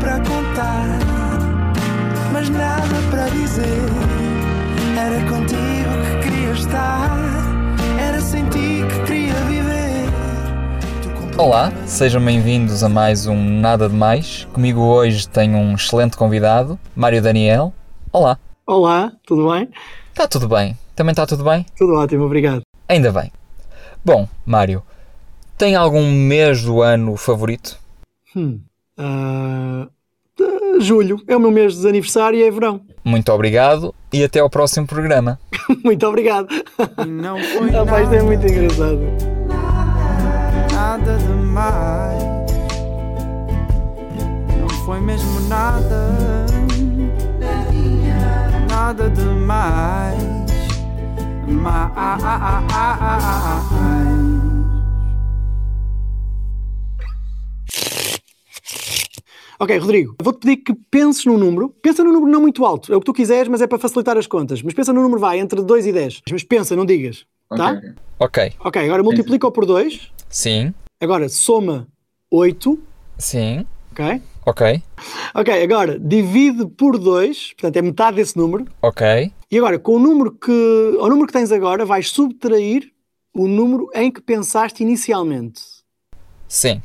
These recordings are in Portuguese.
para contar, mas nada para dizer. Era contigo que queria estar, era sem ti que queria viver. Tu Olá, sejam bem-vindos a mais um Nada de Mais. Comigo hoje tenho um excelente convidado, Mário Daniel. Olá, Olá, tudo bem? está tudo bem? Também está tudo bem? Tudo ótimo, obrigado. Ainda bem. Bom, Mário, tem algum mês do ano favorito? Hum. Ah, t- julho é o meu mês de aniversário e é verão. Muito obrigado e até ao próximo programa. Muito obrigado. Não foi Rapaz, isto é muito engraçado. nada demais. Não foi mesmo nada. Nada demais. Mais. Ok, Rodrigo, vou-te pedir que penses num número. Pensa num número não muito alto, é o que tu quiseres, mas é para facilitar as contas. Mas pensa num número, vai, entre 2 e 10. Mas pensa, não digas. Tá? Ok, Ok, agora multiplica-o por 2. sim, Agora soma 8. sim, Ok? ok, Ok, agora divide por 2, portanto é metade desse número. ok, E agora, com o número que, ao número que tens agora, vais subtrair o número em que pensaste inicialmente. sim,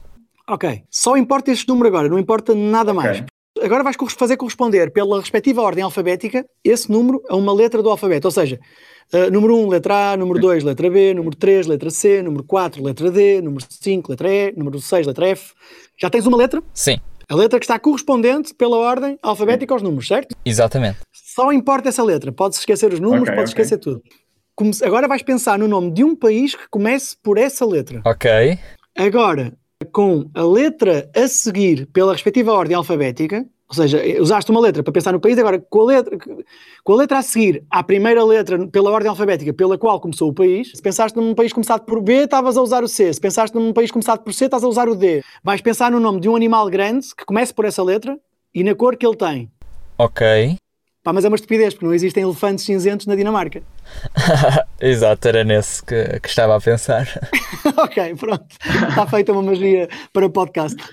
Ok. Só importa este número agora, não importa nada mais. Agora vais corres- fazer corresponder, pela respectiva ordem alfabética, esse número a uma letra do alfabeto. Ou seja, eh, número 1, letra A, número 2, letra B, número 3, letra C, número 4, letra D, número 5, letra E, número 6, letra F. Já tens uma letra? sim, A letra que está correspondente pela ordem alfabética aos números, certo? exatamente. Só importa essa letra. Podes esquecer os números, Ok, podes ok. esquecer tudo. Come- Agora vais pensar no nome de um país que comece por essa letra. Ok, Agora, com a letra a seguir pela respectiva ordem alfabética, ou seja, eh, usaste uma letra para pensar no país, agora com a letra, com a letra a seguir à primeira letra pela ordem alfabética pela qual começou o país, se pensaste num país começado por B, estavas a usar o C. Se pensaste num país começado por C, estás a usar o D. Vais pensar no nome de um animal grande que comece por essa letra e na cor que ele tem. ok. Pá, mas é uma estupidez, porque não existem elefantes cinzentos na Dinamarca. Exato, era nesse que, que estava a pensar. ok, pronto. Está feita uma magia para o podcast.